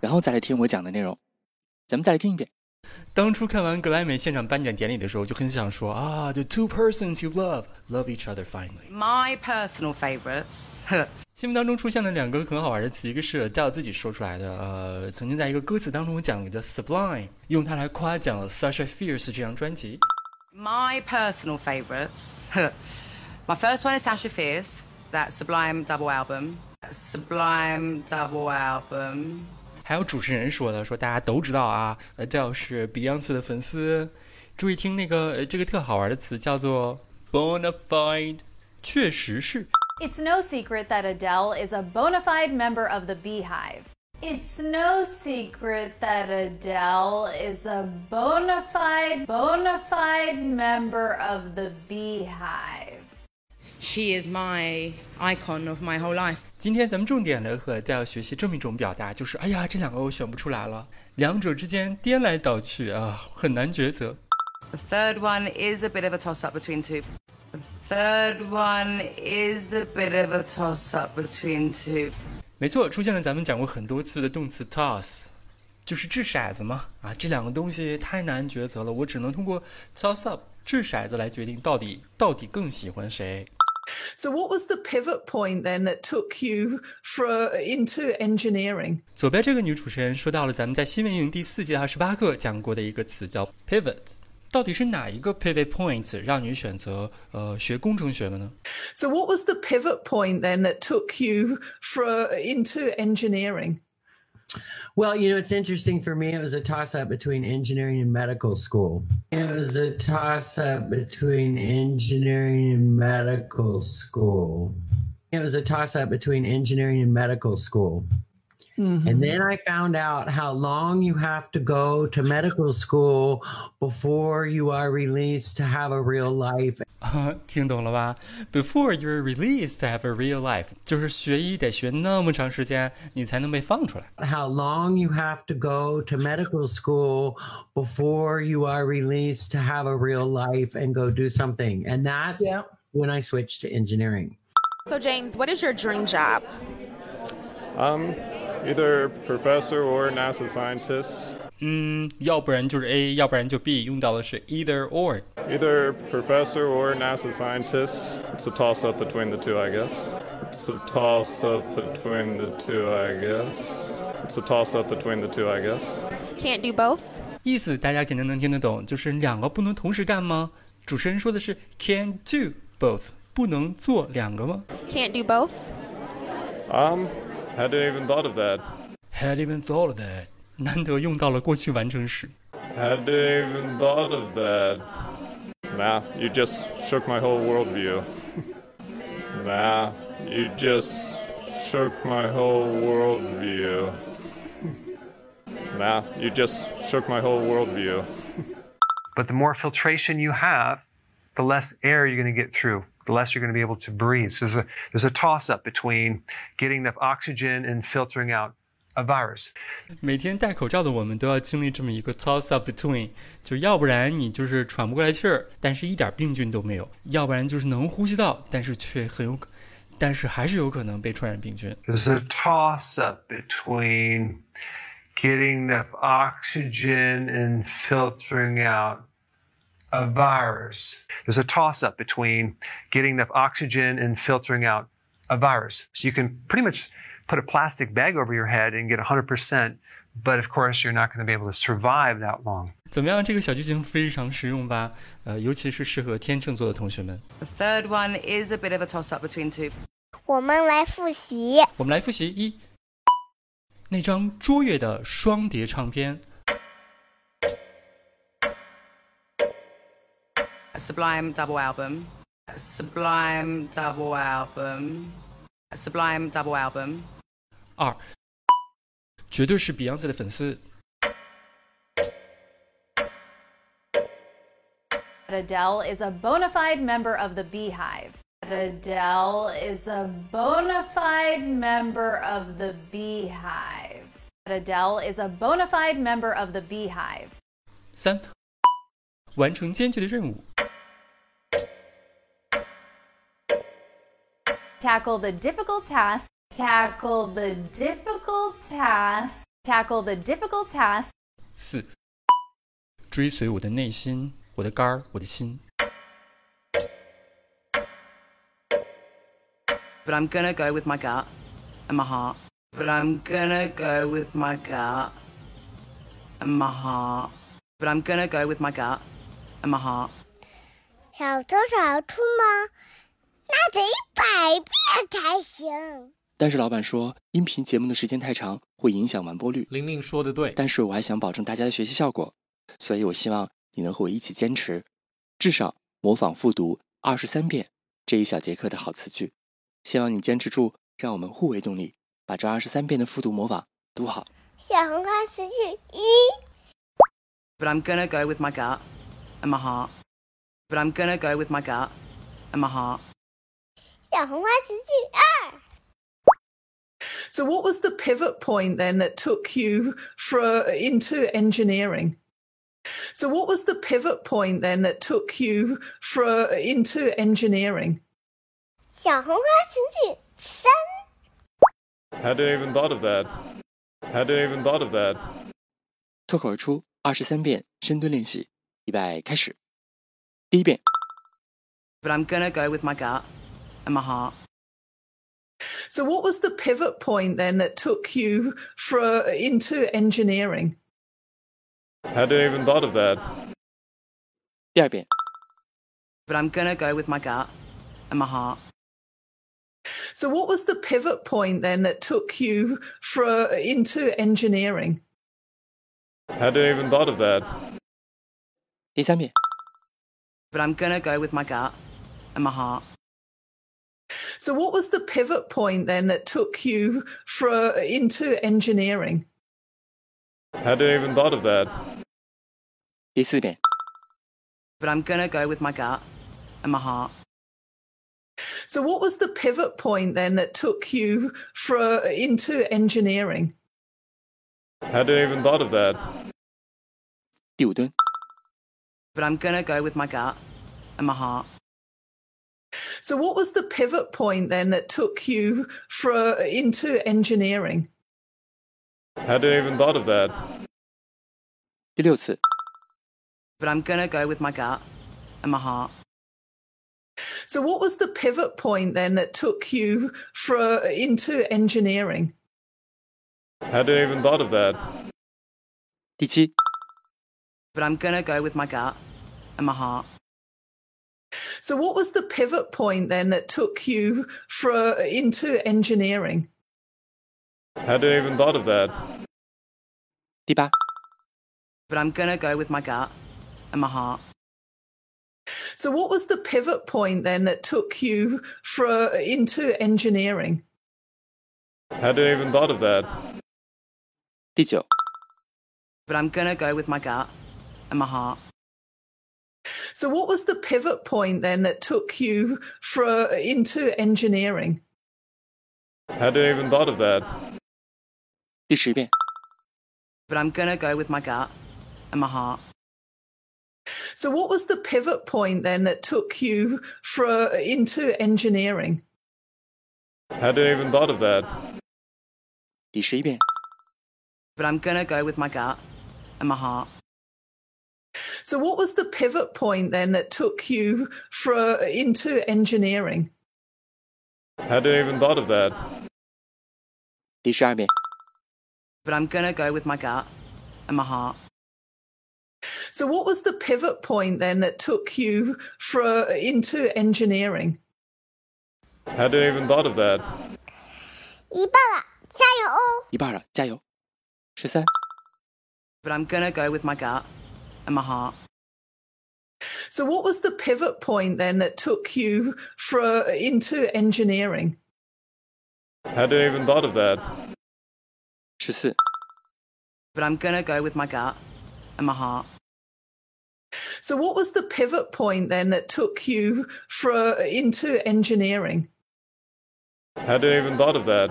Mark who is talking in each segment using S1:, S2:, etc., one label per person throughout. S1: 然后再来听我讲的内容。咱们再来听一遍。当初看完格莱美现场颁奖典礼的时候，就很想说啊，The two persons you love love each other finally。
S2: My personal favourites.
S1: 新闻当中出现了两个很好玩的词，一个是 Adele 自己说出来的，呃，曾经在一个歌词当中讲的 Sublime，用它来夸奖了 Sasha Fierce 这张专辑。
S2: My personal favourites. My first one is Sasha Fierce, that Sublime double album. Sublime double album.
S1: 还有主持人说的，说大家都知道啊，Adele 是 Beyonce 的粉丝。注意听那个、呃这个特好玩的词，叫做 bona fide，确实是。
S3: It's no secret that Adele is a bona fide member of the Beehive. It's no secret that Adele is a bona fide, bona fide member of the Beehive.
S2: She is my icon of my whole life.
S1: 今天咱们重点来和 Adele 学习这么一种表达，就是哎呀，这两个我选不出来了，两者之间颠来倒去啊，很难抉择。
S2: The third one is a bit of a toss up between two. The third one is a bit of a toss up between two.
S1: 没错，出现了咱们讲过很多次的动词 toss，就是掷骰子嘛。啊，这两个东西太难抉择了，我只能通过 toss up 掷骰子来决定到底到底更喜欢谁。
S4: So, what was the pivot point then that took you fro into engineering?
S1: 左边这个女主持人说到了咱们在新闻营第四季二十八课讲过的一个词叫 pivot，到底是哪一个 pivot point 让你选择呃学工程学的呢？
S4: So, what was the pivot point then that took you fro into engineering?
S5: Well, you know, it's interesting for me. It was a toss up between engineering and medical school. It was a toss up between engineering and medical school. It was a toss up between engineering and medical school. And then I found out how long you have to go to medical school before you are released to have a real life
S1: 啊，听懂了吧？Before you're released to have a real life，就是学医得学那么长时间，你才能被放出来。
S5: how long you have to go to medical school before you are released to have a real life and go do something. And that's
S4: Yeah.
S5: when I switched to engineering.
S6: So, James, what is your dream job?
S7: Um, either professor or NASA scientist.
S1: 嗯，要不然就是 A，要不然就 B，用到的是 either or。
S7: Either professor or NASA scientist. It's a toss up between the two, I guess. It's a toss up between the two, I guess. It's a toss up between the two, I guess.
S6: Can't do both?
S1: 意思大家肯定能听得懂，就是两个不能同时干吗？主持人说的是 can do both，不能做两个吗
S6: Can't do both?
S7: Um, hadn't even thought of that.
S1: ？Had even thought of that，难得用到了过去完成时。
S7: Hadn't even thought of that. Nah, you just shook my whole worldview. nah, you just shook my whole worldview. nah, you just shook my whole worldview.
S8: But the more filtration you have, the less air you're going to get through, the less you're going to be able to breathe. So there's a, there's a toss up between getting enough oxygen and filtering out a virus.
S1: 每天戴口罩的我们都要经历这么一个 toss up between，就要不然你就是喘不过来气儿，但是一点病菌都没有；要不然就是能呼吸道，但是却很有可，但是还是有可能被传染病菌。
S8: There's a toss up between getting enough oxygen and filtering out a virus. There's a toss up between getting enough oxygen and filtering out a virus. So you can pretty much put a plastic bag over your head and get 100%, but of course, you're not going to be able to survive that long.
S1: 怎么样？这个小剧情非常实用吧？呃，尤其是适合天秤座的同学们。
S2: The third one is a bit of a toss up between two.
S9: 我们来复习
S1: 我们来复习一，那张卓越的双碟唱片
S2: Sublime double album. Sublime double album. Sublime double album.
S1: 二，绝对是 Beyonce 的粉丝。
S3: Adele is a bona fide member of the Beehive. Adele is a bona fide member of the Beehive. Adele is a bona fide member of the Beehive.
S1: 三，完成艰巨的任务。
S3: Tackle the difficult task. Tackle the difficult task. Tackle the difficult task.
S1: 四，追随我的内心，我的肝儿，我的心。
S2: But I'm gonna go with my gut and my heart. But I'm gonna go with my gut and my heart. But I'm gonna go with my gut and my heart.
S10: 小偷小出吗？那得一百遍才行。
S1: 但是老板说，音频节目的时间太长，会影响完播率。
S11: 玲玲说的对，
S1: 但是我还想保证大家的学习效果，所以我希望你能和我一起坚持，至少模仿复读二十三遍这一小节课的好词句。希望你坚持住，让我们互为动力，把这二十三遍的复读模仿读好。
S10: 小红花词句一，
S2: But I'm gonna go with my gut and my heart. But I'm gonna go with my gut and my heart.
S10: 小红花词句二，
S4: So, what was the pivot point then that took you for into engineering? So, what was the pivot point then that took you for into engineering?
S10: 小红花词句三，
S7: Hadn't even thought of that. Hadn't even thought of that.
S1: 脱口而出二十三遍深蹲练习，预备开始。第一遍，
S2: But I'm gonna go with my gut and my heart.
S4: So, what was the pivot point then that took you for into engineering?
S7: Hadn't even thought of that.
S1: 第二遍，
S2: But I'm gonna go with my gut and my heart.
S4: So, what was the pivot point then that took you for into engineering?
S7: Hadn't even thought of that.
S1: 第三遍，
S2: But I'm gonna go with my gut and my heart.
S4: So, what was the pivot point then that took you for into engineering?
S7: Hadn't even thought of that.
S1: 第四遍，
S2: But I'm gonna go with my gut and my heart.
S4: So, what was the pivot point then that took you for into engineering?
S7: Hadn't even thought of that.
S1: 第五蹲，
S2: But I'm gonna go with my gut and my heart.
S4: So, what was the pivot point then that took you for into engineering?
S7: Hadn't even thought of that.
S1: 第六次，
S2: But I'm gonna go with my gut and my heart.
S4: So, what was the pivot point then that took you for into engineering?
S7: Hadn't even thought of that.
S1: 第七，
S2: But I'm gonna go with my gut and my heart.
S4: So, what was the pivot point then that took you for into engineering?
S7: Hadn't even thought of that.
S1: 第八，
S2: But I'm gonna go with my gut and my heart.
S4: So, what was the pivot point then that took you for into engineering?
S7: Hadn't even thought of that.
S1: 第九，
S2: But I'm gonna go with my gut and my heart.
S4: So, what was the pivot point then that took you for into engineering?
S7: Hadn't even thought of that.
S1: 第十遍，
S2: But I'm gonna go with my gut and my heart.
S4: So, what was the pivot point then that took you for into engineering?
S7: Hadn't even thought of that.
S1: 第十一遍，
S2: But I'm gonna go with my gut and my heart.
S4: So, what was the pivot point then that took you for into engineering?
S7: Hadn't even thought of that.
S1: 第十二遍，
S2: But I'm gonna go with my gut and my heart.
S4: So, what was the pivot point then that took you for into engineering?
S7: Hadn't even thought of that.
S10: 一半了，加油哦！
S1: 一半了，加油！十三、
S2: But I'm gonna go with my gut and my heart.
S4: So, what was the pivot point then that took you for into engineering?
S7: Hadn't even thought of that.
S1: 十四、
S2: but I'm going to go with my gut and my heart.
S4: So, what was the pivot point then that took you for, into engineering?
S7: Hadn't even thought of that.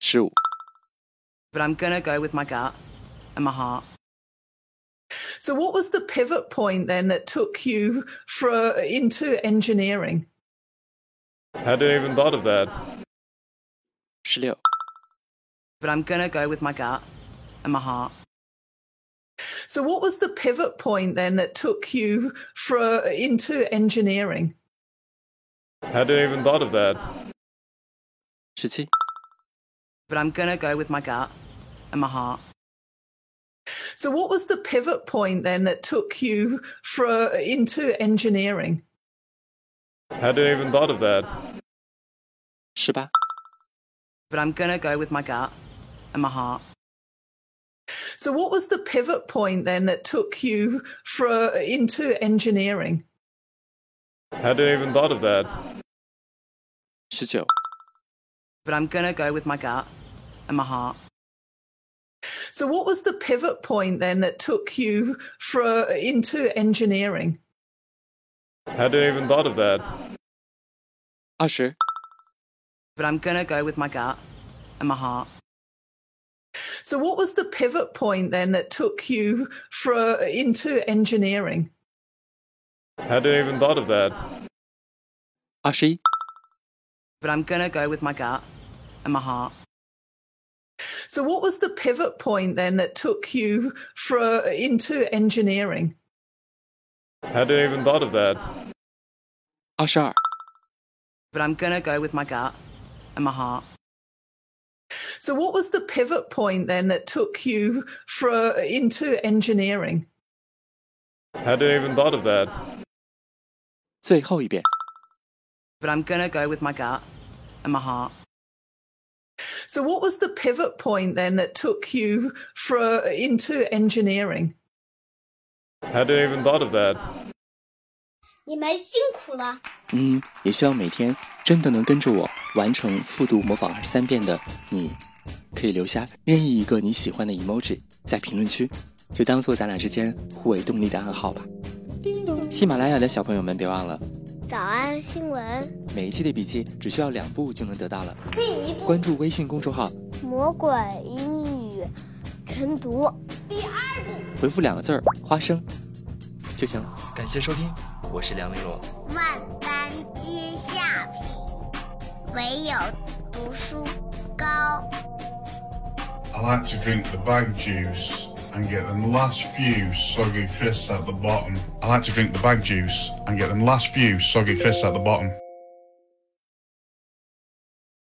S1: 十五、
S2: But I'm going to go with my gut and my heart.
S4: So, what was the pivot point then that took you for, into engineering?
S7: Hadn't even thought of that.
S1: 十六、
S2: But I'm going to go with my gut and my heart.
S4: So, what was the pivot point then that took you for, into engineering?
S7: Hadn't even thought of that.
S1: 十七、
S2: But I'm going to go with my gut and my heart.
S4: So, what was the pivot point then that took you for, into engineering?
S7: Hadn't even thought of that.
S1: 十八、
S2: But I'm going to go with my gut and my heart.
S4: So, what was the pivot point then that took you for, into engineering?
S7: Hadn't even thought of that.
S1: 十九、
S2: But I'm going to go with my gut and my heart.
S4: So, what was the pivot point then that took you for, into engineering?
S7: Hadn't even thought of that.
S1: 二十、
S2: But I'm going to go with my gut and my heart.
S4: So, what was the pivot point then that took you for, into engineering?
S7: Hadn't even thought of that.
S1: 二十一、
S2: But I'm going to go with my gut and my heart.
S4: So, what was the pivot point then that took you for, into engineering?
S7: Hadn't even thought of that.
S1: 二十二、
S2: But I'm going to go with my gut and my heart.
S4: So, what was the pivot point then that took you for, into engineering?
S7: Hadn't even thought of that.
S1: 最后一遍。
S2: But I'm going to go with my gut and my heart.
S4: So, what was the pivot point then that took you for, into engineering?
S7: Hadn't even thought of that.
S10: 你们辛苦了。
S1: 嗯，也希望每天真的能跟着我完成复读模仿二十三遍的你，可以留下任意一个你喜欢的 emoji 在评论区，就当做咱俩之间互为动力的暗号吧。喜马拉雅的小朋友们，别忘了
S9: 早安新闻，
S1: 每一期的笔记只需要两步就能得到了。关注微信公众号，
S9: 魔鬼英语晨读。
S1: 回复两个字儿“花生”就行了。感谢收听，我是梁丽罗。
S10: 万般皆下品，唯有读书高。
S11: I like to drink the bag juice and get them last few soggy fists at the bottom. I like to drink the bag juice and get them last few soggy fists at the bottom.